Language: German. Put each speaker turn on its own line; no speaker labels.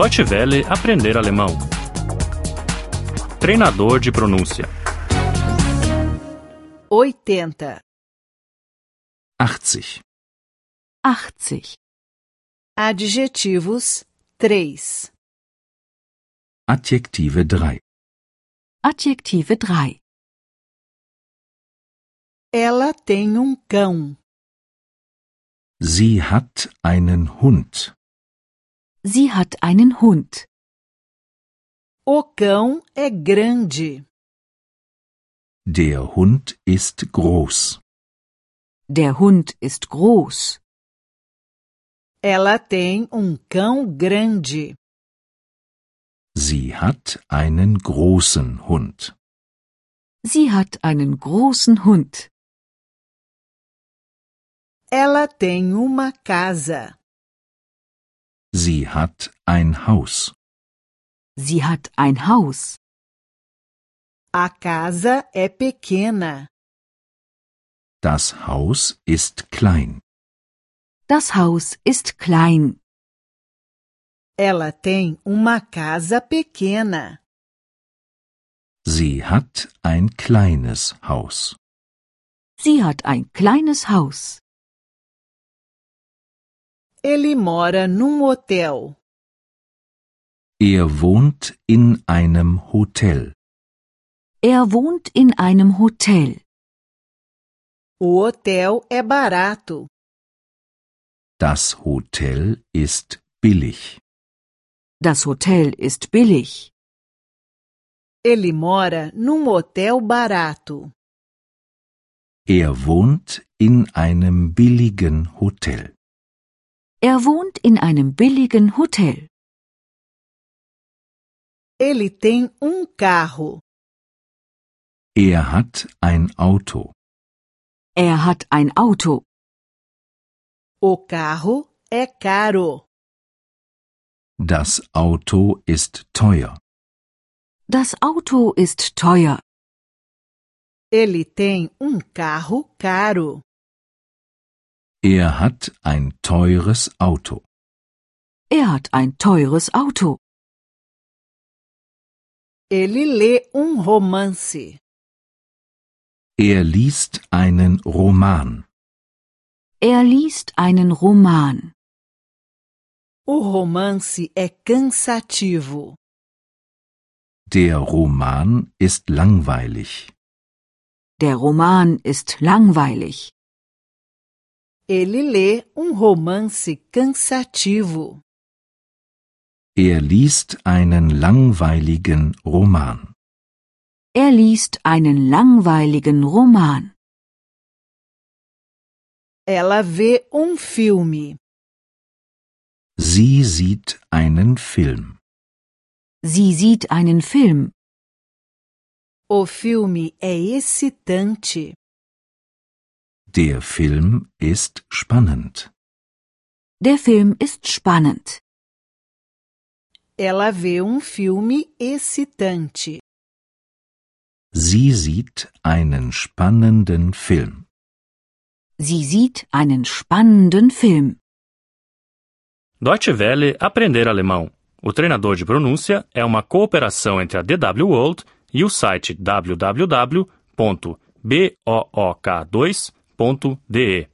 Deutsche Welle aprender alemão. Treinador de pronúncia.
80.
80.
80.
Adjetivos 3.
Adjektive 3.
Adjektive 3.
Ela tem um cão.
Sie hat einen Hund.
Sie hat einen Hund.
O cão é grande.
Der Hund ist groß.
Der Hund ist groß.
Ela tem um cão grande.
Sie hat einen großen Hund.
Sie hat einen großen Hund.
Ela tem uma casa.
Sie hat ein Haus.
Sie hat ein Haus.
A casa é pequena.
Das Haus ist klein.
Das Haus ist klein.
Ela tem uma casa pequena.
Sie hat ein kleines Haus.
Sie hat ein kleines Haus.
Ele mora num hotel.
Er wohnt in einem Hotel.
Er wohnt in einem Hotel.
O hotel é barato.
Das Hotel ist billig.
Das Hotel ist billig.
Ele mora num hotel barato.
Er wohnt in einem billigen Hotel.
Er wohnt in einem billigen Hotel.
Ele tem um carro.
Er hat ein Auto.
Er hat ein Auto.
O carro é caro.
Das Auto ist teuer.
Das Auto ist teuer.
Ele tem um carro caro.
Er hat ein teures Auto.
Er hat ein teures Auto.
Ele lê um romance.
Er liest einen Roman.
Er liest einen Roman.
O romance é cansativo.
Der Roman ist langweilig.
Der Roman ist langweilig.
Ele lê um romance cansativo.
Er liest einen langweiligen Roman.
Er liest einen langweiligen Roman.
Ela vê um filme.
Sie sieht einen Film.
Sie sieht einen Film.
O filme é excitante.
Der Film ist spannend.
Der Film ist spannend.
Ela vê um filme excitante.
Sie sieht einen spannenden Film.
Sie sieht einen spannenden Film.
Deutsche Welle aprender alemão. O treinador de pronúncia é uma cooperação entre a DW World e o site www.book2.de.